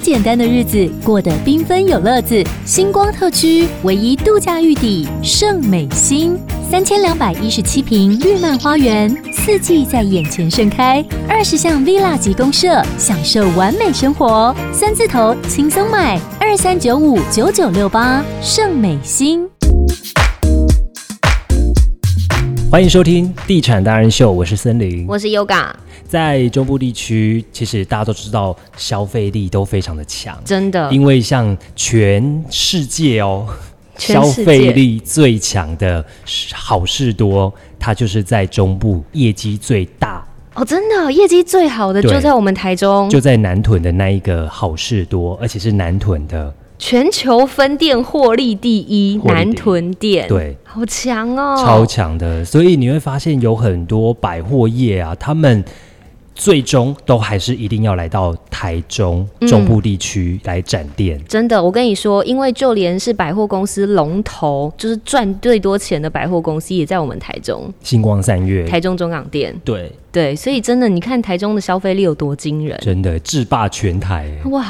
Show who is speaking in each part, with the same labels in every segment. Speaker 1: 简单的日子过得缤纷有乐子。星光特区唯一度假御邸圣美心，三千两百一十七平绿漫花园，四季在眼前盛开。二十项 villa 级公社，享受完美生活。三字头轻松买，二三九五九九六八圣美心。
Speaker 2: 欢迎收听《地产达人秀》，我是森林。
Speaker 3: 我是 Yoga，
Speaker 2: 在中部地区，其实大家都知道消费力都非常的强，
Speaker 3: 真的
Speaker 2: 因为像全世界哦，
Speaker 3: 全
Speaker 2: 消
Speaker 3: 世界
Speaker 2: 费力最强的好事多，它就是在中部业绩最大，
Speaker 3: 哦，真的业绩最好的
Speaker 2: 对
Speaker 3: 就在我们台中，
Speaker 2: 就在南屯的那一个好事多，而且是南屯的。
Speaker 3: 全球分店获利第一，
Speaker 2: 获利第一
Speaker 3: 南屯店，
Speaker 2: 对，
Speaker 3: 好强哦，
Speaker 2: 超强的，所以你会发现有很多百货业啊，他们最终都还是一定要来到台中
Speaker 3: 嗯
Speaker 2: 中部地区来展店。
Speaker 3: 真的，我跟你说，因为就连是百货公司龙头，就是赚最多钱的百货公司，也在我们台中，
Speaker 2: 星光三月，
Speaker 3: 台中中港店。
Speaker 2: 对，
Speaker 3: 对，所以真的，你看台中的消费力有多惊人。
Speaker 2: 真的制霸全台。
Speaker 3: 哇！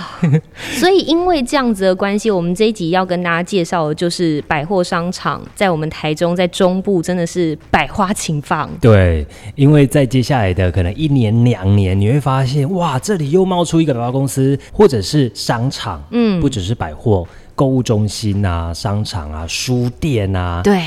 Speaker 3: 所以因为这样子的关系，我们这一集要跟大家介绍的就是百货商场在我们台中，在中部真的是百花齐放。
Speaker 2: 对，因为在接下来的可能一年两年，你会发现哇，这里又冒出一个百货公司，或者是商场，嗯，不只是百货、购物中心啊、商场啊、书店啊。
Speaker 3: 对，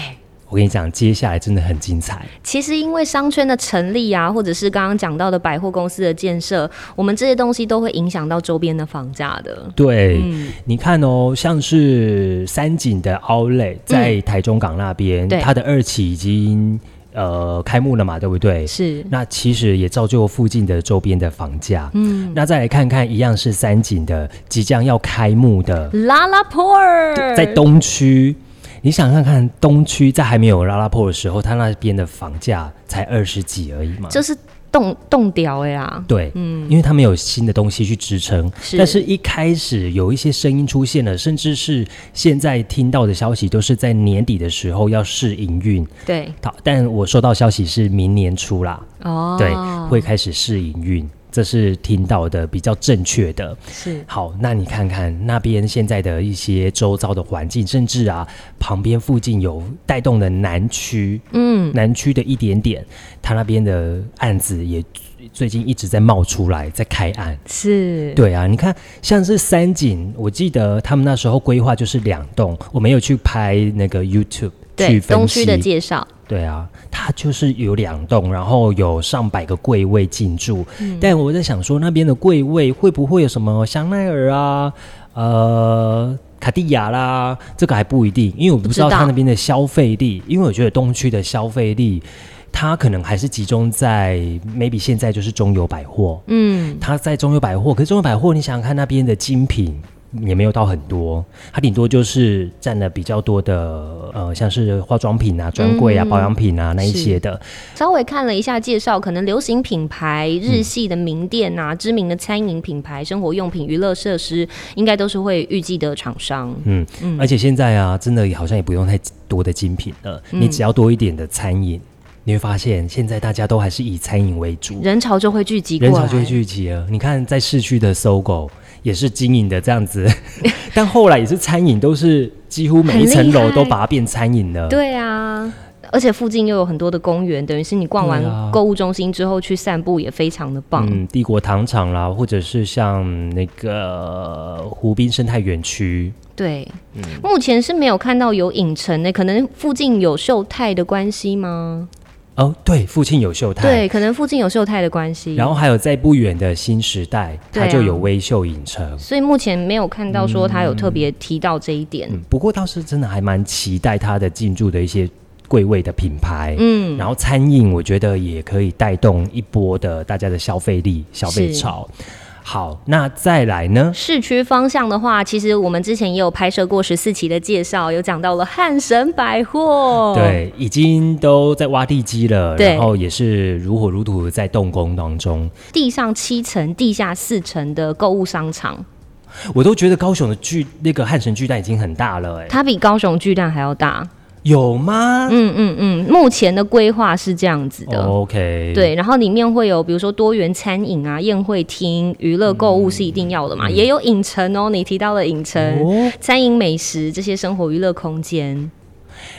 Speaker 2: 我跟你讲，接下来真的很精彩。
Speaker 3: 其实因为商圈的成立啊，或者是刚刚讲到的百货公司的建设，我们这些东西都会影响到周边的房价的。
Speaker 2: 对，
Speaker 3: 嗯
Speaker 2: 你看哦，像是三井的 Outlet 在台中港那边，
Speaker 3: 嗯对
Speaker 2: 它的二期已经呃开幕了嘛，对不对？
Speaker 3: 是，
Speaker 2: 那其实也造就附近的周边的房价。
Speaker 3: 嗯，
Speaker 2: 那再来看看，一样是三井的即将要开幕的，
Speaker 3: 拉拉坡尔
Speaker 2: 在东区。你想想看，东区在还没有拉拉破的时候，它那边的房价才二十几而已嘛。
Speaker 3: 就是冻冻屌哎呀，
Speaker 2: 对，因为它没有新的东西去支撑，
Speaker 3: 是
Speaker 2: 但是一开始有一些声音出现了，甚至是现在听到的消息都是在年底的时候要试营运，
Speaker 3: 对
Speaker 2: 好，但我收到消息是明年初啦，
Speaker 3: 哦，
Speaker 2: 对，会开始试营运，这是听到的比较正确的。
Speaker 3: 是
Speaker 2: 好，那你看看那边现在的一些周遭的环境，甚至啊，旁边附近有带动的南区，嗯，南区的一点点，它那边的案子也最最近一直在冒出来，在开案。
Speaker 3: 是，
Speaker 2: 对啊，你看，像是三井，我记得他们那时候规划就是两栋，我没有去拍那个 YouTube 去
Speaker 3: 对
Speaker 2: 分
Speaker 3: 东区
Speaker 2: 析。
Speaker 3: 的介绍，
Speaker 2: 对啊，它就是有两栋，然后有上百个柜位进驻。但我在想说，那边的柜位会不会有什么香奈儿啊、呃卡地亚啦？这个还不一定，因为我不知道
Speaker 3: 不知道
Speaker 2: 它那边的消费力。因为我觉得东区的消费力，它可能还是集中在 maybe 现在就是中友百货。
Speaker 3: 嗯，
Speaker 2: 它在中友百货，可是中友百货，你想想看那边的精品。也没有到很多，它顶多就是占了比较多的，呃，像是化妆品啊、专柜啊、保养品啊那一些的。
Speaker 3: 稍微看了一下介绍，可能流行品牌、日系的名店
Speaker 2: 嗯
Speaker 3: 啊、知名的餐饮品牌、生活用品、娱乐设施，应该都是会预计的厂商。
Speaker 2: 嗯，而且现在啊，真的也好像也不用太多的精品了，你只要多一点的餐饮，你会发现现在大家都还是以餐饮为主，
Speaker 3: 人潮就会聚集过
Speaker 2: 人
Speaker 3: 来，
Speaker 2: 潮就会聚集了。你看在市区的搜狗也是经营的这样子，但后来也是餐饮都是几乎每一层
Speaker 3: 很
Speaker 2: 楼
Speaker 3: 厉害
Speaker 2: 都把它变餐饮了。
Speaker 3: 对啊，而且附近又有很多的公园，等于是你逛完
Speaker 2: 对啊
Speaker 3: 购物中心之后去散步也非常的棒。
Speaker 2: 嗯，帝国糖厂啦，或者是像那个呃湖滨生态园区，
Speaker 3: 对，
Speaker 2: 嗯
Speaker 3: 目前是没有看到有影城的，可能附近有秀泰的关系吗？
Speaker 2: 哦，对，附近有秀泰，
Speaker 3: 对，可能附近有秀泰的关系。
Speaker 2: 然后还有在不远的新时代，
Speaker 3: 对
Speaker 2: 它
Speaker 3: 啊
Speaker 2: 就有微秀影城。
Speaker 3: 所以目前没有看到说他有特别提到这一点。
Speaker 2: 嗯，不过倒是真的还蛮期待它的进驻的一些柜位的品牌，
Speaker 3: 嗯，
Speaker 2: 然后餐饮我觉得也可以带动一波的大家的消费力、消费潮。好，那再来呢？
Speaker 3: 市区方向的话，其实我们之前也有拍摄过十四期的介绍，有讲到了汉神百货。，
Speaker 2: 对，已经都在挖地基了，
Speaker 3: 哦对
Speaker 2: 然后也是如火如荼地在动工当中。
Speaker 3: 地上七层、地下四层的购物商场，
Speaker 2: 我都觉得高雄的巨那个汉神巨蛋已经很大了、欸，
Speaker 3: 它比高雄巨蛋还要大。
Speaker 2: 有吗？
Speaker 3: 嗯嗯嗯，目前的规划是这样子的。
Speaker 2: 哦 OK，
Speaker 3: 对，然后里面会有比如说多元餐饮啊、宴会厅、娱乐购物是一定要的嘛，也有影城哦。你提到了影城、
Speaker 2: 嗯哦
Speaker 3: 餐饮、美食这些生活娱乐空间，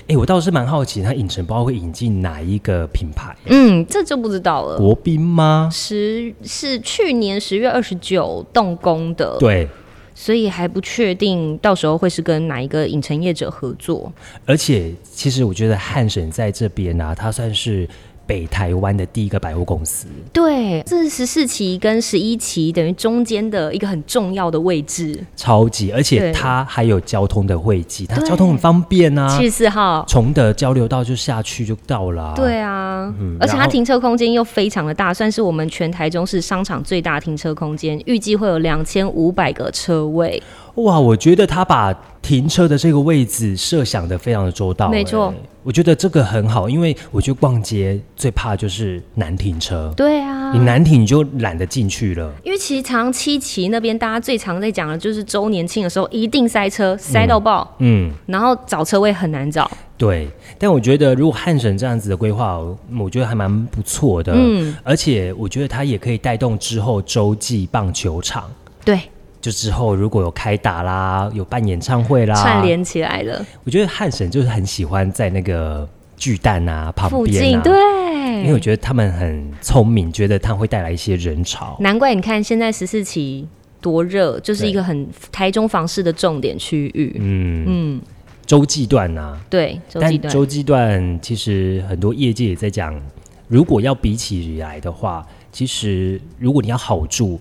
Speaker 2: 哎、我倒是蛮好奇，它影城包会引进哪一个品牌？
Speaker 3: 嗯，这就不知道了。
Speaker 2: 国宾吗？
Speaker 3: 十是去年十月二十九动工的，
Speaker 2: 对，
Speaker 3: 所以还不确定到时候会是跟哪一个影城业者合作。
Speaker 2: 而且其实我觉得汉神在这边啊，它算是北台湾的第一个百货公司。
Speaker 3: 对，这是十四期跟十一期等于中间的一个很重要的位置，
Speaker 2: 超级，而且
Speaker 3: 对
Speaker 2: 它还有交通的汇集，它
Speaker 3: 对
Speaker 2: 交通很方便啊
Speaker 3: 七，十四号。
Speaker 2: 崇德交流道就下去就到了、啊。
Speaker 3: 对啊，
Speaker 2: 嗯
Speaker 3: 而且它
Speaker 2: 然后
Speaker 3: 停车空间又非常的大，算是我们全台中市商场最大停车空间，预计会有两千五百个车位。
Speaker 2: 哇，我觉得他把停车的这个位置设想的非常的周到、
Speaker 3: 没错
Speaker 2: 哎，我觉得这个很好，因为我觉得逛街最怕就是难停车，
Speaker 3: 对啊，
Speaker 2: 你难停你就懒得进去了。
Speaker 3: 因为其实常七期那边大家最常在讲的就是周年庆的时候一定塞车，塞到爆，
Speaker 2: 嗯，
Speaker 3: 然后找车位很难找。
Speaker 2: 对。但我觉得如果汉神这样子的规划，我觉得还蛮不错的。
Speaker 3: 嗯，
Speaker 2: 而且我觉得它也可以带动之后洲际棒球场。
Speaker 3: 对，
Speaker 2: 就之后如果有开打啦，有办演唱会啦，
Speaker 3: 串，联起来了，
Speaker 2: 我觉得汉神就是很喜欢在那个巨蛋啊旁
Speaker 3: 附
Speaker 2: 边
Speaker 3: 近
Speaker 2: 啊，
Speaker 3: 对，
Speaker 2: 因为我觉得他们很聪明，觉得它会带来一些人潮。
Speaker 3: 难怪你看现在十四期多热，就是
Speaker 2: 对
Speaker 3: 一个很台中房市的重点区域。
Speaker 2: 嗯，
Speaker 3: 嗯，
Speaker 2: 洲际段呐、
Speaker 3: 对，洲际
Speaker 2: 但
Speaker 3: 段
Speaker 2: 洲际段其实很多业界也在讲，如果要比起来的话，其实如果你要好住，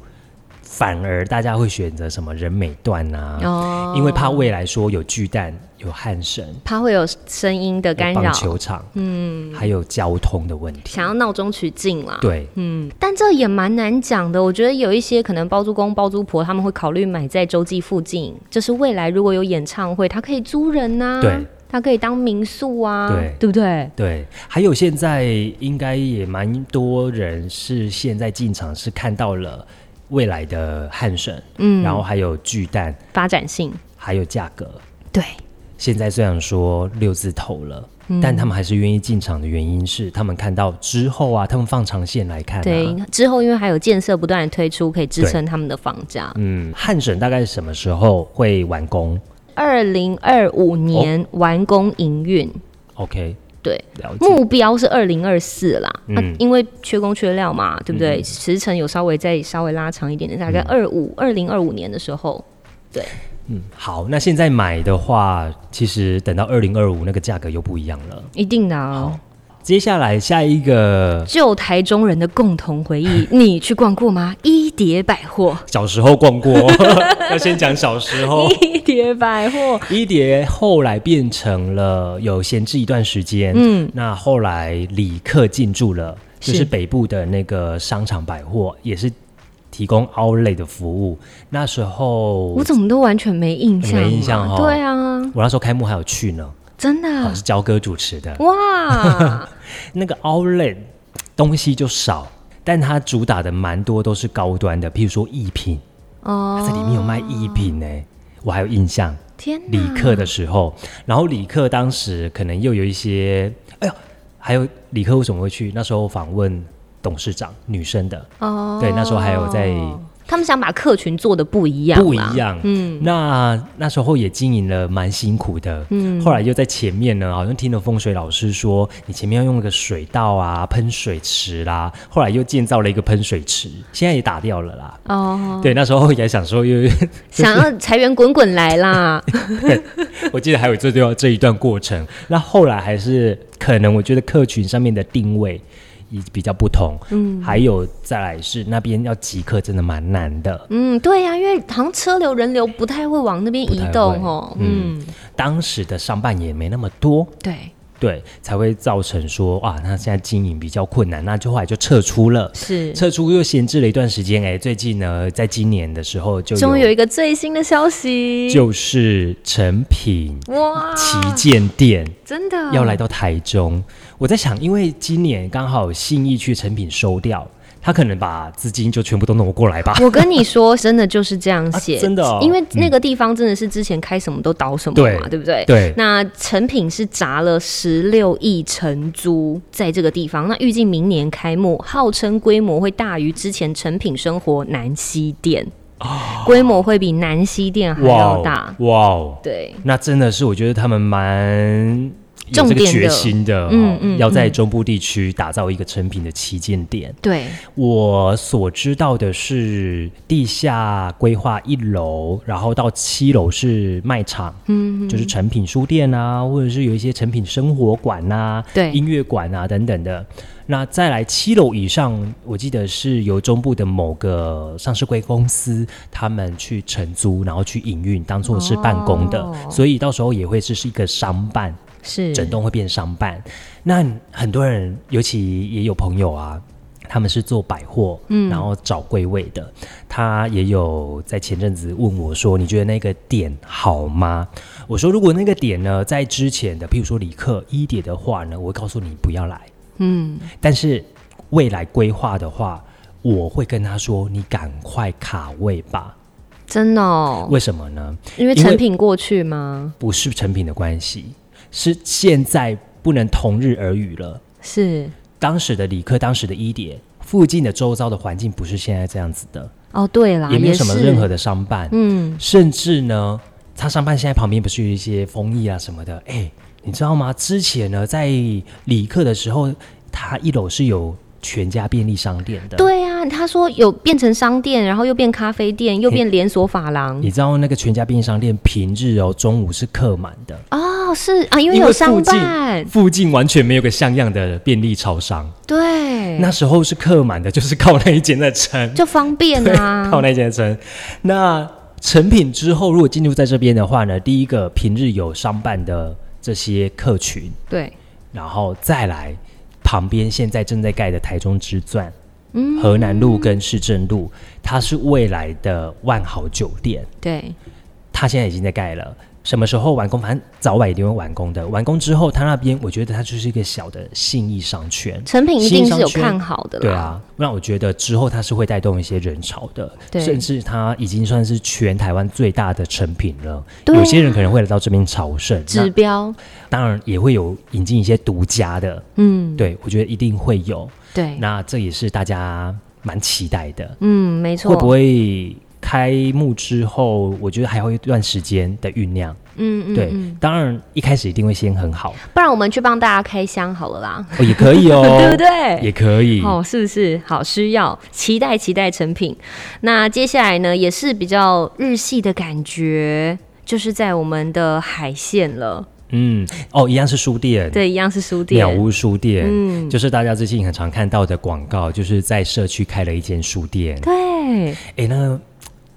Speaker 2: 反而大家会选择什么人美段啊，
Speaker 3: 哦
Speaker 2: 因为怕未来说有巨蛋、有汉神、
Speaker 3: 怕会有声音的干
Speaker 2: 有
Speaker 3: 扰
Speaker 2: 棒，球场，嗯，还有交通的问题。
Speaker 3: 想要闹中取静啦。
Speaker 2: 对，
Speaker 3: 嗯，但这也蛮难讲的。我觉得有一些可能包租公、包租婆他们会考虑买在洲际附近，就是未来如果有演唱会，它可以租人呐、
Speaker 2: 对，
Speaker 3: 它可以当民宿啊，
Speaker 2: 对
Speaker 3: 不对？
Speaker 2: 对，还有现在应该也蛮多人是现在进场是看到了未来的汉神，
Speaker 3: 嗯
Speaker 2: 然后还有巨蛋，
Speaker 3: 发展性，
Speaker 2: 还有价格。
Speaker 3: 对，嗯
Speaker 2: 现在虽然说六字头了，但他们还是愿意进场的原因是，他们看到之后啊，他们放长线来看、啊。
Speaker 3: 对，之后因为还有建设不断的推出，可以支撑他们的房价。
Speaker 2: 嗯，汉神大概是什么时候会完工
Speaker 3: 二零二五年完工营运，
Speaker 2: ？OK，
Speaker 3: 对，
Speaker 2: 了解。
Speaker 3: 目标是二零二四啦。
Speaker 2: 嗯
Speaker 3: 那、因为缺工缺料嘛，对不对？时程有稍微再稍微拉长一点点，大概二五二零二五年的时候，
Speaker 2: 嗯，好，那现在买的话，其实等到二零二五那个价格又不一样了。
Speaker 3: 一定的啊。
Speaker 2: 接下来下一个
Speaker 3: 旧台中人的共同回 忆，你去逛过吗？一叠百货，
Speaker 2: 小时候逛过， 要先讲小时候。
Speaker 3: 一叠百货，
Speaker 2: 一叠后来变成了有闲置一段时间，
Speaker 3: 嗯，
Speaker 2: 那后来李克进驻了，就是
Speaker 3: 是
Speaker 2: 北部的那个商场百货，也是提供 Outlet 的服务。那时候
Speaker 3: 我怎么都完全没印象啊，
Speaker 2: 没印象哦
Speaker 3: 对啊，
Speaker 2: 我那时候开幕还有去呢，
Speaker 3: 真的
Speaker 2: 啊
Speaker 3: 啊
Speaker 2: 是焦哥主持的，
Speaker 3: 哇，
Speaker 2: 那个 Outlet 东西就少，但它主打的蛮多都是高端的，譬如说艺品，它
Speaker 3: 哦，
Speaker 2: 在里面有卖艺品呢、我还有印象。
Speaker 3: 天哪，
Speaker 2: 理课的时候，然后理课当时可能又有一些，哎呦，还有理课为什么会去？那时候访问董事长，女生的，
Speaker 3: 哦，
Speaker 2: 对那时候还有在
Speaker 3: 他们想把客群做的不一样啦，
Speaker 2: 不一样。
Speaker 3: 嗯，
Speaker 2: 那那时候也经营了蛮辛苦的，嗯，后来又在前面呢，好像听了风水老师说，你前面要用一个水道啊、喷水池啦，后来又建造了一个喷水池，现在也打掉了啦。
Speaker 3: 哦，
Speaker 2: 对，那时候也想说，又
Speaker 3: 想要财源滚滚 来啦，
Speaker 2: 我记得还有这段这一段过程。那后来还是可能，我觉得客群上面的定位也比较不同。嗯，还有再来是那边要即刻真的蛮难的。
Speaker 3: 嗯，对呀、因为好像车流人流不太会往那边移动哦，
Speaker 2: 不太会嗯
Speaker 3: 嗯，
Speaker 2: 当时的商办也没那么多，
Speaker 3: 对，
Speaker 2: 对，才会造成说啊，那现在经营比较困难，那就后来就撤出了。
Speaker 3: 是。
Speaker 2: 撤出又闲置了一段时间，哎，最近呢，在今年的时候就
Speaker 3: 终于有
Speaker 2: 有
Speaker 3: 一个最新的消息，
Speaker 2: 就是成品
Speaker 3: 哇，
Speaker 2: 旗舰店。
Speaker 3: 真的
Speaker 2: 要来到台中。我在想，因为今年刚好信义区成品收掉，他可能把资金就全部都弄过来吧。
Speaker 3: 我跟你说，真的就是这样写、
Speaker 2: 啊真的哦
Speaker 3: 因为那个地方真的是之前开什么都倒什么
Speaker 2: 对
Speaker 3: 嘛，对不对？
Speaker 2: 对
Speaker 3: 那成品是砸了十六亿承租在这个地方，那预计明年开幕，号称规模会大于之前成品生活南西店，规模会比南西店还
Speaker 2: 哇
Speaker 3: 要
Speaker 2: 哦
Speaker 3: 大。
Speaker 2: 哇哦，
Speaker 3: 对，
Speaker 2: 那真的是我觉得他们蛮有
Speaker 3: 重
Speaker 2: 这个
Speaker 3: 点的
Speaker 2: 决心的，
Speaker 3: 嗯
Speaker 2: 哦
Speaker 3: 嗯
Speaker 2: 要在
Speaker 3: 嗯
Speaker 2: 中部地区打造一个成品的旗舰店。
Speaker 3: 对，
Speaker 2: 我所知道的是，地下规划一楼，然后到七楼是卖场，
Speaker 3: 嗯，
Speaker 2: 就是成品书店啊，或者是有一些成品生活馆呐、
Speaker 3: 对
Speaker 2: 音乐馆啊等等的。那再来七楼以上，我记得是由中部的某个上市贵公司他们去承租，然后去营运，当做是办公的，
Speaker 3: 哦
Speaker 2: 所以到时候也会是是一个商办，
Speaker 3: 是
Speaker 2: 整栋会变商办。那很多人，尤其也有朋友啊。他们是做百货，嗯，然后找柜位的。他也有在前阵子问我说：“你觉得那个点好吗？”我说：“如果那个点呢，在之前的，譬如说李克一点的话呢，我会告诉你不要来。
Speaker 3: 嗯，
Speaker 2: 但是未来规划的话，我会跟他说：你赶快卡位吧。
Speaker 3: 真的、哦，
Speaker 2: 为什么呢？
Speaker 3: 因为
Speaker 2: 因为
Speaker 3: 成品过去吗？
Speaker 2: 不是成品的关系，是现在不能同日而语了。”
Speaker 3: 是
Speaker 2: 当时的理科，当时的一蝶，附近的周遭的环境不是现在这样子的，
Speaker 3: 哦，对啦，
Speaker 2: 也
Speaker 3: 也
Speaker 2: 没有什么
Speaker 3: 是
Speaker 2: 任何的商办，
Speaker 3: 嗯，
Speaker 2: 甚至呢，它商办现在旁边不是有一些枫叶啊什么的，哎，你知道吗？之前呢，在理科的时候，它一楼是有全家便利商店的，，
Speaker 3: 对啊，他说有变成商店，然后又变咖啡店，又变连锁发廊
Speaker 2: 你。知道那个全家便利商店平日哦中午是客满的，
Speaker 3: 哦，是啊，因为有
Speaker 2: 附
Speaker 3: 商
Speaker 2: 近
Speaker 3: 办，
Speaker 2: 附近完全没有个像样的便利超商，
Speaker 3: 对，
Speaker 2: 那时候是客满的，就是靠那一间在撑，
Speaker 3: 就方便
Speaker 2: 对，
Speaker 3: 啊。
Speaker 2: 靠那间撑。那成品之后，如果进入在这边的话呢，第一个平日有商办的这些客群，
Speaker 3: 对，
Speaker 2: 然后再来旁边现在正在盖的台中之钻，河南路跟市政路，它是未来的万豪酒店，
Speaker 3: 对，
Speaker 2: 它现在已经在盖了。什么时候完工？反正早晚一定会完工的。完工之后，它那边我觉得它就是一个小的信义商圈，
Speaker 3: 成品一定是
Speaker 2: 新商
Speaker 3: 有
Speaker 2: 圈
Speaker 3: 看好的啦。
Speaker 2: 对，啊，那我觉得之后它是会带动一些人潮的，
Speaker 3: 对
Speaker 2: 甚至它已经算是全台湾最大的成品了。
Speaker 3: 对啊
Speaker 2: 有些人可能会来到这边朝圣，
Speaker 3: 指
Speaker 2: 那
Speaker 3: 标，
Speaker 2: 当然也会有引进一些独家的，
Speaker 3: 嗯，
Speaker 2: 对我觉得一定会有。
Speaker 3: 对，
Speaker 2: 那这也是大家蛮期待的，
Speaker 3: 嗯，没错。
Speaker 2: 会不？会开幕之后，我觉得还会有一段时间的酝酿。
Speaker 3: 嗯嗯，
Speaker 2: 对，
Speaker 3: 嗯
Speaker 2: 当然一开始一定会先很好，
Speaker 3: 不然我们去帮大家开箱好了啦，
Speaker 2: 哦，也可以哦，
Speaker 3: 对不？对？
Speaker 2: 也可以，
Speaker 3: 哦，是不是？好，需要期待期待成品。那接下来呢，也是比较日系的感觉，就是在我们的海线了。
Speaker 2: 嗯，哦，一样是书店，
Speaker 3: 对，一样是书
Speaker 2: 鸟
Speaker 3: 店。
Speaker 2: 屋书店，
Speaker 3: 嗯
Speaker 2: 就是大家最近很常看到的广告，就是在社区开了一间书店。
Speaker 3: 对，
Speaker 2: 哎，那个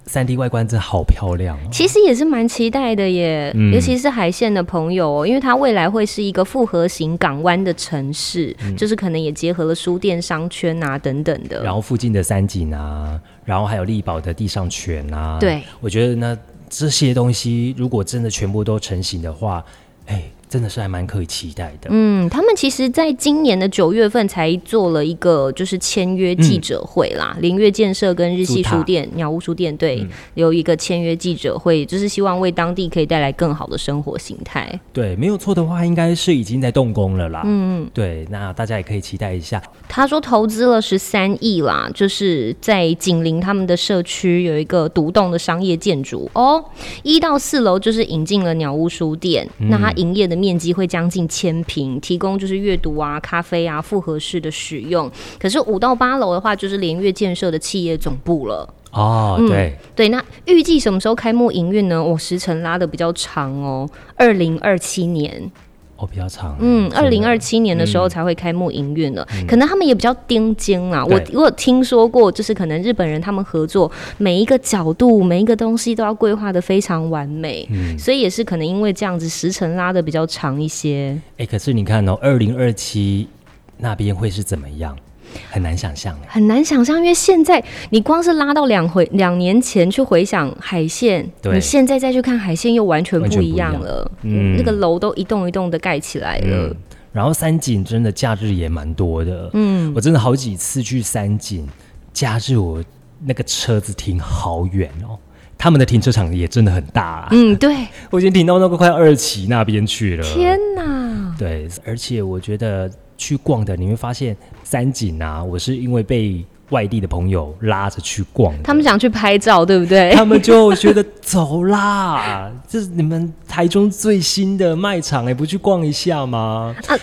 Speaker 2: 三 D 外观真的好漂亮哦。
Speaker 3: 其实也是蛮期待的耶，
Speaker 2: 嗯
Speaker 3: 尤其是海线的朋友哦，因为它未来会是一个复合型港湾的城市，就是可能也结合了书店、商圈啊等等的。
Speaker 2: 然后附近的三井啊，然后还有力宝的地上泉啊，
Speaker 3: 对，
Speaker 2: 我觉得呢这些东西如果真的全部都成型的话，哎，真的是还蛮可以期待的。
Speaker 3: 嗯，他们其实在今年的九月份才做了一个就是签约记者会啦，林月建设跟日
Speaker 2: 苏
Speaker 3: 系
Speaker 2: 塔
Speaker 3: 书店、鸟屋书店对、有一个签约记者会，就是希望为当地可以带来更好的生活形态。
Speaker 2: 对，没有错的话，应该是已经在动工了啦。嗯，对，那大家也可以期待一下。
Speaker 3: 他说投资了十三亿啦，就是在紧邻他们的社区有一个独栋的商业建筑哦，一到四楼就是引进了鸟屋书店，那它营业的面积会将近千平，提供就是阅读啊、咖啡啊、复合式的使用。可是五到八楼的话，就是联月建设的企业总部了。
Speaker 2: 哦，
Speaker 3: 嗯
Speaker 2: 对，
Speaker 3: 对，那预计什么时候开幕营运呢？我、时程拉的比较长哦，二零二七年。
Speaker 2: 哦，比较长。
Speaker 3: 嗯，
Speaker 2: 真
Speaker 3: 二
Speaker 2: 的
Speaker 3: 零二七年的嗯时候才会开幕营运了，可能他们也比较盯精啦。我
Speaker 2: 对
Speaker 3: 我有听说过，就是可能日本人他们合作，每一个角度、每一个东西都要规划的非常完美，
Speaker 2: 嗯
Speaker 3: 所以也是可能因为这样子时程拉的比较长一些。
Speaker 2: 哎、可是你看哦，二零二七那边会是怎么样？很难想象哎。
Speaker 3: 很难想象，因为现在你光是拉到两回两年前去回想海线，
Speaker 2: 对
Speaker 3: 你现在再去看海线又完全
Speaker 2: 完
Speaker 3: 不
Speaker 2: 全
Speaker 3: 一
Speaker 2: 不一
Speaker 3: 样
Speaker 2: 样
Speaker 3: 了，
Speaker 2: 嗯
Speaker 3: 那个楼都一栋一栋的盖起来了。
Speaker 2: 嗯，然后三井真的假日也蛮多的，嗯，我真的好几次去三井，假日我那个车子停好远哦。他们的停车场也真的很大、啊，
Speaker 3: 嗯，对，
Speaker 2: 我已经停到那个快二期那边去了。
Speaker 3: 天哪！
Speaker 2: 对，而且我觉得去逛的，你会发现三井啊，我是因为被外地的朋友拉着去逛的，
Speaker 3: 他们想去拍照，对不对？
Speaker 2: 他们就觉得走啦， 这是你们台中最新的卖场、欸，哎，不去逛一下吗？
Speaker 3: 啊，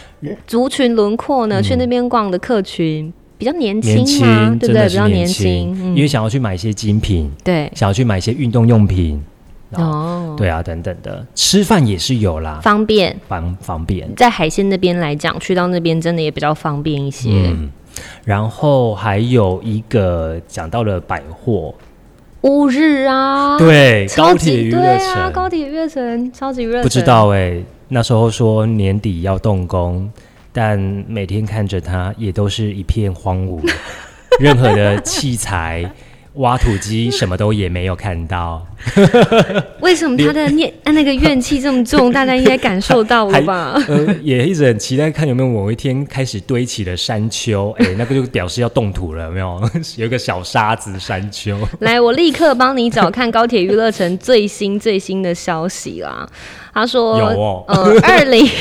Speaker 3: 族群轮廓呢？去那边逛的客群。比较年
Speaker 2: 嗯
Speaker 3: 轻
Speaker 2: 年轻
Speaker 3: 嘛，，
Speaker 2: 真
Speaker 3: 对不对？
Speaker 2: 的
Speaker 3: 比
Speaker 2: 是
Speaker 3: 较
Speaker 2: 年
Speaker 3: 轻，嗯
Speaker 2: 因为想要去买一些精品，
Speaker 3: 对
Speaker 2: 想要去买一些运动用品，然后
Speaker 3: 哦，
Speaker 2: 对啊，等等的，吃饭也是有啦，
Speaker 3: 方便。
Speaker 2: 方方便。
Speaker 3: 在海鲜那边来讲，去到那边真的也比较方便一些。
Speaker 2: 嗯，然后还有一个讲到了百货，
Speaker 3: 乌日啊，，
Speaker 2: 对，
Speaker 3: 超
Speaker 2: 高
Speaker 3: 级
Speaker 2: 铁娱乐
Speaker 3: 对啊，
Speaker 2: 城，
Speaker 3: 高铁悦城，超级悦城，
Speaker 2: 不知道哎、那时候说年底要动工，但每天看着它也都是一片荒芜，任何的器材、挖土机什么都也没有看到，
Speaker 3: 为什么他的念 啊那个怨气这么重，大家应该感受到了吧？
Speaker 2: 呃，也一直很期待看有没有某一天开始堆起了山丘，哎、那个就表示要动土了，有没有？ 有一个小沙子山丘，
Speaker 3: 来，我立刻帮你找看高铁娱乐城最新最新的消息啦。他说，
Speaker 2: 有哦
Speaker 3: 呃，二零。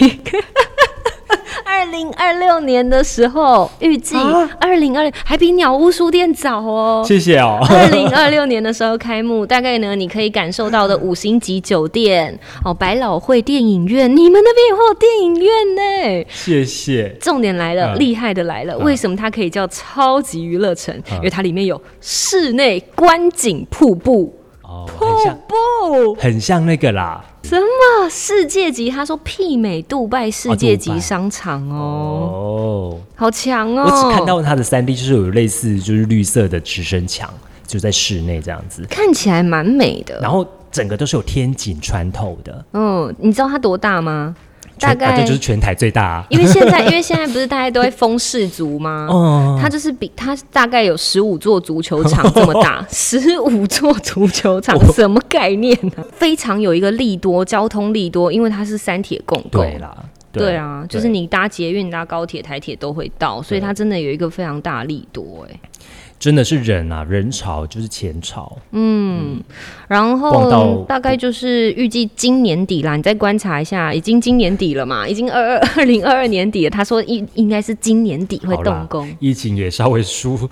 Speaker 3: 二零二六年的时候，预计
Speaker 2: 啊
Speaker 3: 二零二还比鸟屋书店早哦。
Speaker 2: 谢谢哦。
Speaker 3: 二零二六年的时候开幕，大概呢，你可以感受到的五星级酒店哦，百老汇电影院，你们那边也会有电影院呢。
Speaker 2: 谢谢，
Speaker 3: 重点来
Speaker 2: 嗯
Speaker 3: 了，
Speaker 2: 嗯
Speaker 3: 厉害的来了！为什么它可以叫超级娱乐城？因为它里面有室内观景瀑布。
Speaker 2: 哦，
Speaker 3: 瀑
Speaker 2: 很像
Speaker 3: 布
Speaker 2: 很像那个啦，
Speaker 3: 什么世界级？他说媲美杜拜世界
Speaker 2: 哦杜
Speaker 3: 级
Speaker 2: 拜
Speaker 3: 商场哦，
Speaker 2: 哦，
Speaker 3: 好强哦！
Speaker 2: 我只看到它的三 D，就是有类似就是绿色的直升墙，就在室内这样子，
Speaker 3: 看起来蛮美的。
Speaker 2: 然后整个都是有天井穿透的，
Speaker 3: 嗯，你知道它多大吗？
Speaker 2: 全
Speaker 3: 大概
Speaker 2: 啊、这就是全台最大、啊。
Speaker 3: 因为现在，因 为现在不是大家都会封氏族吗？
Speaker 2: 哦
Speaker 3: 它就是比它大概有十五座足球场这么 大，十五座足球场什么概念呢、非常有一个利多，交通利多，因为它是三铁共构。
Speaker 2: 对啦，
Speaker 3: 对啊，就是
Speaker 2: 对
Speaker 3: 你搭捷运、搭高铁、台铁都会到，所以它真的有一个非常大的利多哎、
Speaker 2: 真的是人啊，人潮就是钱潮，
Speaker 3: 然
Speaker 2: 逛到
Speaker 3: 后大概就是预计今年底啦，你再观察一下，已经今年底了嘛，已经二二二零二二年底了。他说应应该是今年底会
Speaker 2: 好啦
Speaker 3: 动工。
Speaker 2: 疫情也稍微舒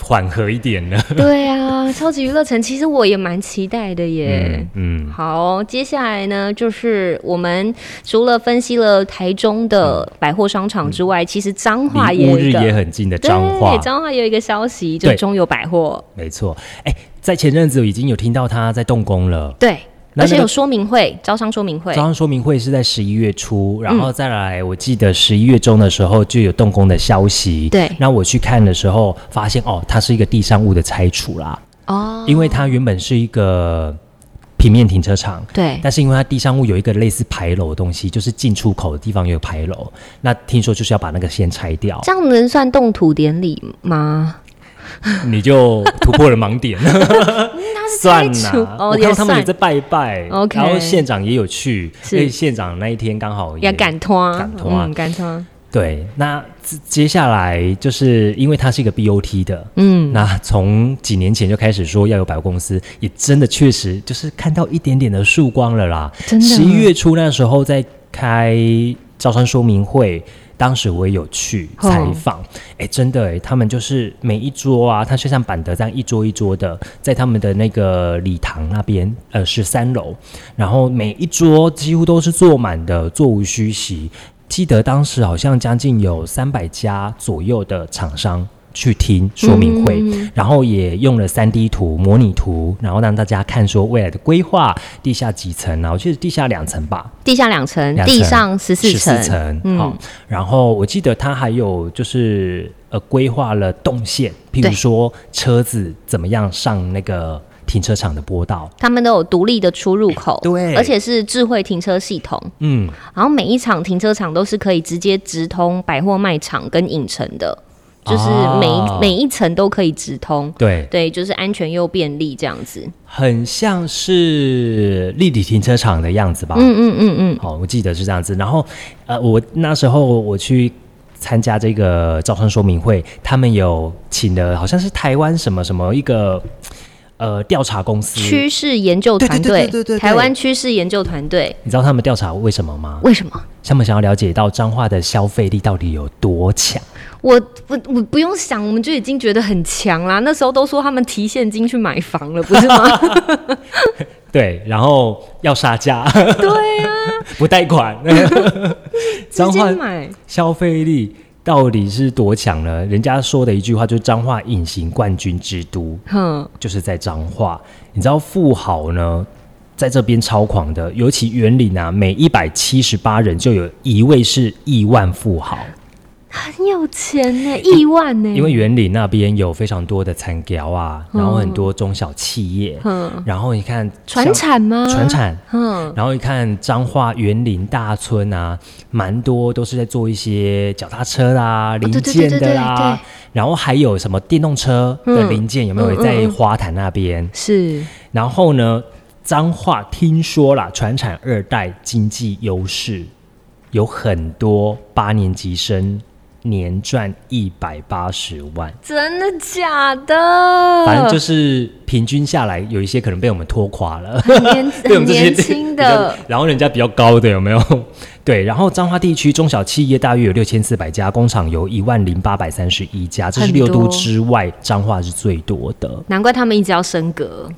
Speaker 2: 缓和一点了。
Speaker 3: 对啊，超级娱乐城其实我也蛮期待的耶。
Speaker 2: 嗯，
Speaker 3: 好，接下来呢，就是我们除了分析了台中的百货商场之外，其实彰化
Speaker 2: 离
Speaker 3: 也有
Speaker 2: 乌嗯
Speaker 3: 一
Speaker 2: 日
Speaker 3: 个
Speaker 2: 也很近的
Speaker 3: 对
Speaker 2: 彰化，
Speaker 3: 彰化也有一个消息，就是
Speaker 2: 对
Speaker 3: 中友百货，
Speaker 2: 没错。哎、在前阵子已经有听到他在动工了。
Speaker 3: 对，
Speaker 2: 那
Speaker 3: 而且
Speaker 2: 那个
Speaker 3: 有说明会，招商说明会
Speaker 2: 招，商说明会是在十一月初，然后再来，我记得十一月中的时候就有动工的消息。
Speaker 3: 对
Speaker 2: 那我去看的时候发现，哦，它是一个地上物的拆除啦，
Speaker 3: 哦，
Speaker 2: 因为它原本是一个平面停车场。
Speaker 3: 对，
Speaker 2: 但是因为它地上物有一个类似牌楼的东西，就是进出口的地方有牌楼，那听说就是要把那个先拆 掉，
Speaker 3: 这样能算动土典礼吗？
Speaker 2: 你就突破了盲 点。
Speaker 3: 嗯
Speaker 2: 算啦、
Speaker 3: 哦
Speaker 2: 我看
Speaker 3: 也
Speaker 2: 到他们
Speaker 3: 算
Speaker 2: 也在拜拜
Speaker 3: OK
Speaker 2: 然后县长也有去，
Speaker 3: 是
Speaker 2: 因为县长那一天刚好
Speaker 3: 要赶拖，
Speaker 2: 嗯赶拖啊
Speaker 3: 嗯，赶拖，
Speaker 2: 对，那接接下来就是因为它是一个 BOT 的，
Speaker 3: 嗯，
Speaker 2: 那从几年前就开始说要有百货公司，也真的确实就是看到一点点的曙光了啦。
Speaker 3: 真的
Speaker 2: 十一月初那时候在开招商说明会。当时我也有去
Speaker 3: 哦
Speaker 2: 采访，哎、真的哎、他们就是每一桌啊，它就像板德这样一桌一桌的，在他们的那个礼堂那边，呃，十三楼，然后每一桌几乎都是坐满的，座无虚席。记得当时好像将近有三百家左右的厂商去听说明会，然后也用了三 D 图模拟图，然后让大家看说未来的规划，地下几层啊？我记得地下两层吧，
Speaker 3: 地下两层，
Speaker 2: 两层
Speaker 3: 地上十四嗯
Speaker 2: 十四层。好、然后我记得它还有就是呃规划了动线，譬
Speaker 3: 对
Speaker 2: 如说车子怎么样上那个停车场的坡道，
Speaker 3: 他们都有独立的出入口，
Speaker 2: 对
Speaker 3: 而且是智慧停车系统，
Speaker 2: 嗯，
Speaker 3: 然后每一场停车场都是可以直接直通百货卖场跟影城的。就是每一、
Speaker 2: 哦
Speaker 3: 每一层都可以直通。
Speaker 2: 对，
Speaker 3: 对，就是安全又便利这样子。
Speaker 2: 很像是立体停车场的样子吧？
Speaker 3: 嗯嗯嗯嗯，
Speaker 2: 哦，我记得是这样子。然后，呃，我那时候我去参加这个招商说明会，他们有请了，好像是台湾什么什么一个呃调查公司，
Speaker 3: 趋势研究
Speaker 2: 对对
Speaker 3: 团
Speaker 2: 对
Speaker 3: 队
Speaker 2: 对对对，对
Speaker 3: 台湾趋势研究团队，
Speaker 2: 你知道他们调查为什么吗？
Speaker 3: 为什么？
Speaker 2: 他们想要了解到彰化的消费力到底有多强。
Speaker 3: 我不我不用想，我们就已经觉得很强啦。那时候都说他们提现金去买房了，不 是吗？
Speaker 2: 对，然后要杀价，
Speaker 3: 对啊，
Speaker 2: 不贷 款。
Speaker 3: 直
Speaker 2: 彰
Speaker 3: 接
Speaker 2: 化
Speaker 3: 买。
Speaker 2: 消费力到底是多强呢？人家说的一句话就是彰化隐形冠军之都。
Speaker 3: 哼，
Speaker 2: 就是在彰化。你知道富豪呢，在这边超狂的，尤其园林啊，每一百七十八人就有一位是亿万富豪，
Speaker 3: 很有钱呢、亿万呢、
Speaker 2: 因为园林那边有非常多的产条啊，
Speaker 3: 嗯
Speaker 2: 然后很多中小企业，
Speaker 3: 哼，
Speaker 2: 然后你看像
Speaker 3: 嗯船产啊吗？
Speaker 2: 船。产。
Speaker 3: 哼，
Speaker 2: 然后你看彰化园林大村啊，蛮多都是在做一些脚踏车啦、零
Speaker 3: 哦对对对
Speaker 2: 件
Speaker 3: 对
Speaker 2: 的
Speaker 3: 对对
Speaker 2: 啦，然后还有什么电动车的
Speaker 3: 嗯
Speaker 2: 零件有没有
Speaker 3: 嗯嗯
Speaker 2: 在
Speaker 3: 嗯
Speaker 2: 花坛那边？
Speaker 3: 是
Speaker 2: 然后呢，彰化听说啦，传产二代经济优势有很多八年级生年赚一百八十万，
Speaker 3: 真的假的？
Speaker 2: 反正就是平均下来，有一些可能被我们拖垮 了。
Speaker 3: 年
Speaker 2: 对我
Speaker 3: 很
Speaker 2: 们这些
Speaker 3: 年轻的
Speaker 2: 比较，然后人家比较高的有没有？ 对，然后彰化地区中小企业大约有六千四百家，工厂有一万零八百三十一家，这是
Speaker 3: 很
Speaker 2: 六都
Speaker 3: 多
Speaker 2: 之外，彰化是最多的。哦
Speaker 3: 难怪他们一直要升格。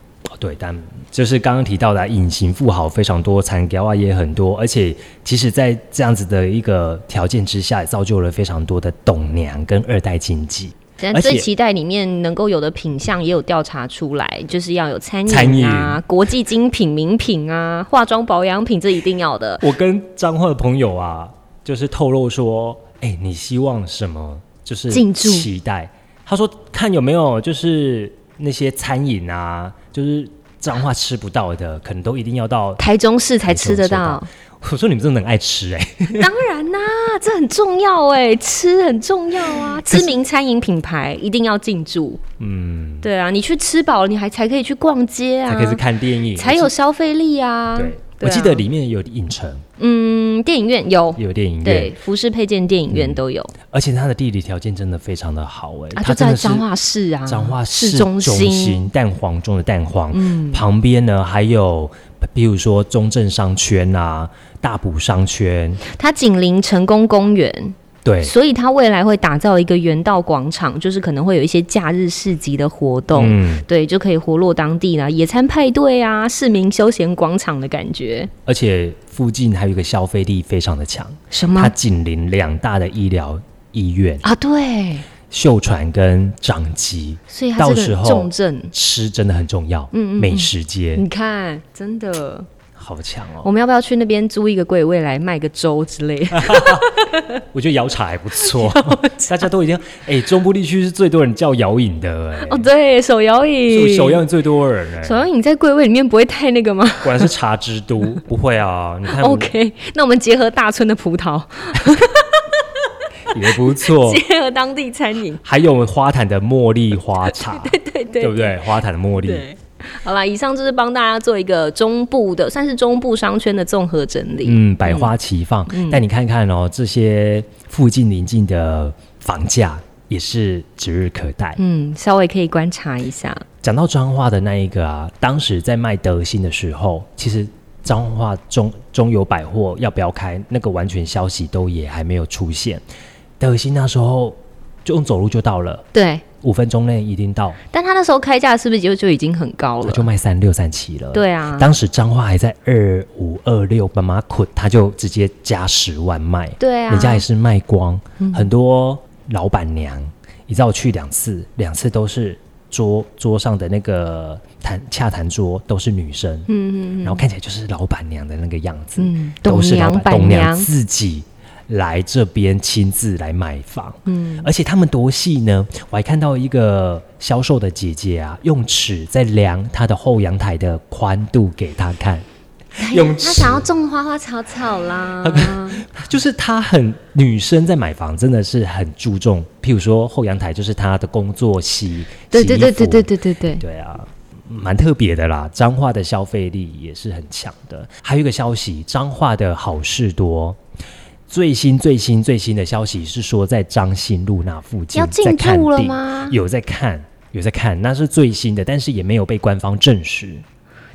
Speaker 2: 对，但就是刚刚提到的啊隐形富豪非常多，残雕啊也很多，而且其实，在这样子的一个条件之下，也造就了非常多的董娘跟二代经济。
Speaker 3: 但
Speaker 2: 而且
Speaker 3: 最期待里面能够有的品相也有调查出来，就是要有餐
Speaker 2: 餐
Speaker 3: 饮啊、国际精品、名品啊、化妆保养品，这一定要的。
Speaker 2: 我跟彰化的朋友啊，就是透露说，哎、你希望什么？就是
Speaker 3: 进驻
Speaker 2: 期待。他说看有没有就是那些餐饮啊，就是彰化吃不到的，可能都一定要到。
Speaker 3: 台中市才吃得
Speaker 2: 台
Speaker 3: 到，
Speaker 2: 我说你们真的很爱吃哎、
Speaker 3: 当然啦、这很重要哎、吃很重要啊。知名餐饮品牌一定要进驻，
Speaker 2: 嗯，
Speaker 3: 对啊，你去吃饱了，你还才可以去逛街啊
Speaker 2: 才，可以去看电影，
Speaker 3: 才有消费力啊。
Speaker 2: 对，我
Speaker 3: 对啊
Speaker 2: 记得里面有影城，
Speaker 3: 嗯，电影院有，
Speaker 2: 有电影
Speaker 3: 对，
Speaker 2: 院，嗯
Speaker 3: 服饰配件电影院都有、
Speaker 2: 而且它的地理条件真的非常的好哎、它
Speaker 3: 啊，就
Speaker 2: 真
Speaker 3: 在
Speaker 2: 的是
Speaker 3: 彰化市啊，
Speaker 2: 彰化嗯市
Speaker 3: 市中心。
Speaker 2: 心，嗯蛋黄中的蛋黄，旁边呢还有。比如说中正商圈啊，大埔商圈，
Speaker 3: 它紧邻成功公园，
Speaker 2: 对，
Speaker 3: 所以它未来会打造一个园道广场，就是可能会有一些假日市集的活动，
Speaker 2: 嗯，
Speaker 3: 对，就可以活络当地啦，野餐派对啊，市民休闲广场的感觉。
Speaker 2: 而且附近还有一个消费力非常的强，
Speaker 3: 什
Speaker 2: 它
Speaker 3: 么
Speaker 2: 紧邻两大的医疗医院，
Speaker 3: 啊？对，
Speaker 2: 秀传跟长吉，
Speaker 3: 所以它
Speaker 2: 到
Speaker 3: 这
Speaker 2: 时
Speaker 3: 个
Speaker 2: 候
Speaker 3: 重症，
Speaker 2: 吃真的很重要，嗯嗯美食街
Speaker 3: 你看，真的，
Speaker 2: 好强哦，
Speaker 3: 我们要不要去那边租一个柜位来卖个粥之类？
Speaker 2: 哎我觉得摇茶还不 错，大家都已经哎、中部地区是最多人叫摇饮的哎、
Speaker 3: 哦，对，手摇
Speaker 2: 是
Speaker 3: 椅，
Speaker 2: 手摇饮最多人哎、
Speaker 3: 手摇椅在柜位里面不会太那个吗
Speaker 2: 果然是茶之 都，不会啊，你看我
Speaker 3: ？OK，那我们结合大村的葡萄，
Speaker 2: 也不 错，
Speaker 3: 结合当地 餐饮，
Speaker 2: 还有花坛的茉莉花茶，对
Speaker 3: 对对
Speaker 2: 不对？花坛的茉莉，
Speaker 3: 对，好啦，以上就是帮大家做一个中部的，算是中部商圈的综合整理。
Speaker 2: 嗯，百花齐放。
Speaker 3: 嗯
Speaker 2: 但你看看哦，这些附近邻近的房价也是指日可待。
Speaker 3: 嗯，稍微可以观察一下。
Speaker 2: 讲到彰化的那一个啊，当时在卖德兴的时候，其实彰化中中友百货要不要开，那个完全消息都也还没有出现。德兴那时候就用走路就到了，
Speaker 3: 对，
Speaker 2: 五分钟内一定到，
Speaker 3: 但他那时候开价是不是就就已经很高
Speaker 2: 我
Speaker 3: 了？
Speaker 2: 就嗯卖三六三七了。、
Speaker 3: 对啊，
Speaker 2: 当时彰化还在二五二六，妈妈捆，他就直接加十万卖，
Speaker 3: 对啊，嗯
Speaker 2: 人家也是卖光，很多老板娘，你知道我去两次，两次都是桌桌上的那个谈洽谈桌都是女生，
Speaker 3: 嗯嗯
Speaker 2: 然后看起来就是老板娘的那个样子，
Speaker 3: 嗯，
Speaker 2: 都
Speaker 3: 董
Speaker 2: 是老
Speaker 3: 娘
Speaker 2: 板
Speaker 3: 板
Speaker 2: 董娘
Speaker 3: 娘，
Speaker 2: 自己来这边亲自来买房，
Speaker 3: 嗯，
Speaker 2: 而且他们多细呢，我还看到一个销售的姐姐啊，用尺在量她的后阳台的宽度给她看。
Speaker 3: 哎
Speaker 2: 泳
Speaker 3: 他
Speaker 2: 池
Speaker 3: 想要种花花草草 啦，
Speaker 2: 就是她很女生在买房真的是很注重，譬如说后阳台就是她的工作洗，
Speaker 3: 对对
Speaker 2: 洗
Speaker 3: 对对
Speaker 2: 衣服
Speaker 3: 对对对对，
Speaker 2: 对啊，蛮特别的啦。彰化的消费力也是很强的。还有一个消息，彰化的好事多。最新最新最新的消息是说，在彰新路那附近
Speaker 3: 要进
Speaker 2: 在看
Speaker 3: 驻了
Speaker 2: 地
Speaker 3: 吗
Speaker 2: 有在看，有在看，那是最新的，但是也没有被官方证实。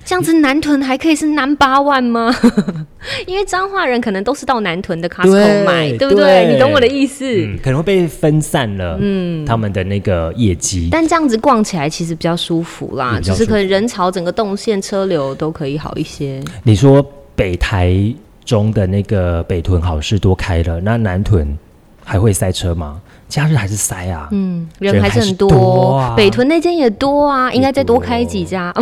Speaker 3: 这样子南屯还可以是南八 万吗？因为彰化人可能都是到南屯的 Costco
Speaker 2: 对
Speaker 3: 买，对不
Speaker 2: 对
Speaker 3: 你懂我的意思？
Speaker 2: 嗯，可能会被分散了，嗯，他们的那个业绩。
Speaker 3: 但这样子逛起来其实比较舒服啦，
Speaker 2: 也嗯比
Speaker 3: 只
Speaker 2: 较
Speaker 3: 是
Speaker 2: 舒服
Speaker 3: 可能人潮整个动线车流都可以好一些。
Speaker 2: 你说北台中的那个北屯好事多开了，那南屯还会塞车吗？假日还是塞啊，
Speaker 3: 嗯，人
Speaker 2: 人
Speaker 3: 还
Speaker 2: 还
Speaker 3: 是
Speaker 2: 是
Speaker 3: 很多，
Speaker 2: 多啊
Speaker 3: 北屯那间也多啊，应该再多开 几家，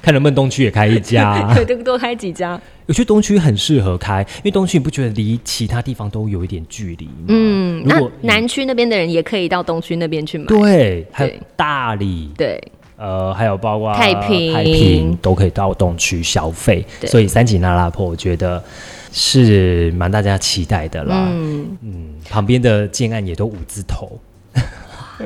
Speaker 2: 看能不能东区也开一 家。
Speaker 3: 对，多多开几家。
Speaker 2: 我觉得东区很适合开，因为东区你不觉得离其他地方都有一点距离吗？
Speaker 3: 嗯，
Speaker 2: 如
Speaker 3: 那
Speaker 2: 果
Speaker 3: 南区那边的人也可以到东区那边去买。
Speaker 2: 对，还有
Speaker 3: 对
Speaker 2: 大理，
Speaker 3: 对，
Speaker 2: 呃，还有包括
Speaker 3: 太平
Speaker 2: 太平都可以到东区消费，
Speaker 3: 对
Speaker 2: 所以三井那拉坡我觉得是蛮大家期待的啦。
Speaker 3: 嗯，
Speaker 2: 嗯，旁边的建案也都五字 头，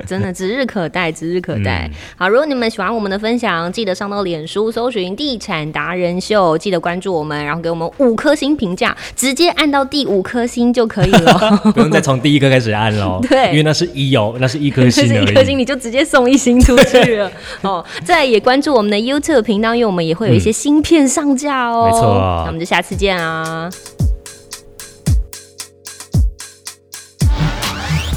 Speaker 3: 真的指日可待，指日可待。
Speaker 2: 嗯
Speaker 3: 好，如果你们喜欢我们的分享，记得上到脸书搜寻“地产达人秀”，记得关注我们，然后给我们五颗星评价，直接按到第五颗星就可以 了。
Speaker 2: 不用再从第一颗开始按喽。
Speaker 3: 对
Speaker 2: 因为那是一哦，那是一颗
Speaker 3: 就
Speaker 2: 星
Speaker 3: 是
Speaker 2: 而
Speaker 3: 一
Speaker 2: 已。
Speaker 3: 颗星，你就直接送一星出 去了哦。再来也关注我们的 YouTube 频道，因为我们也会有一些新片上架哦。
Speaker 2: 嗯没错
Speaker 3: 那我们就下次见啊。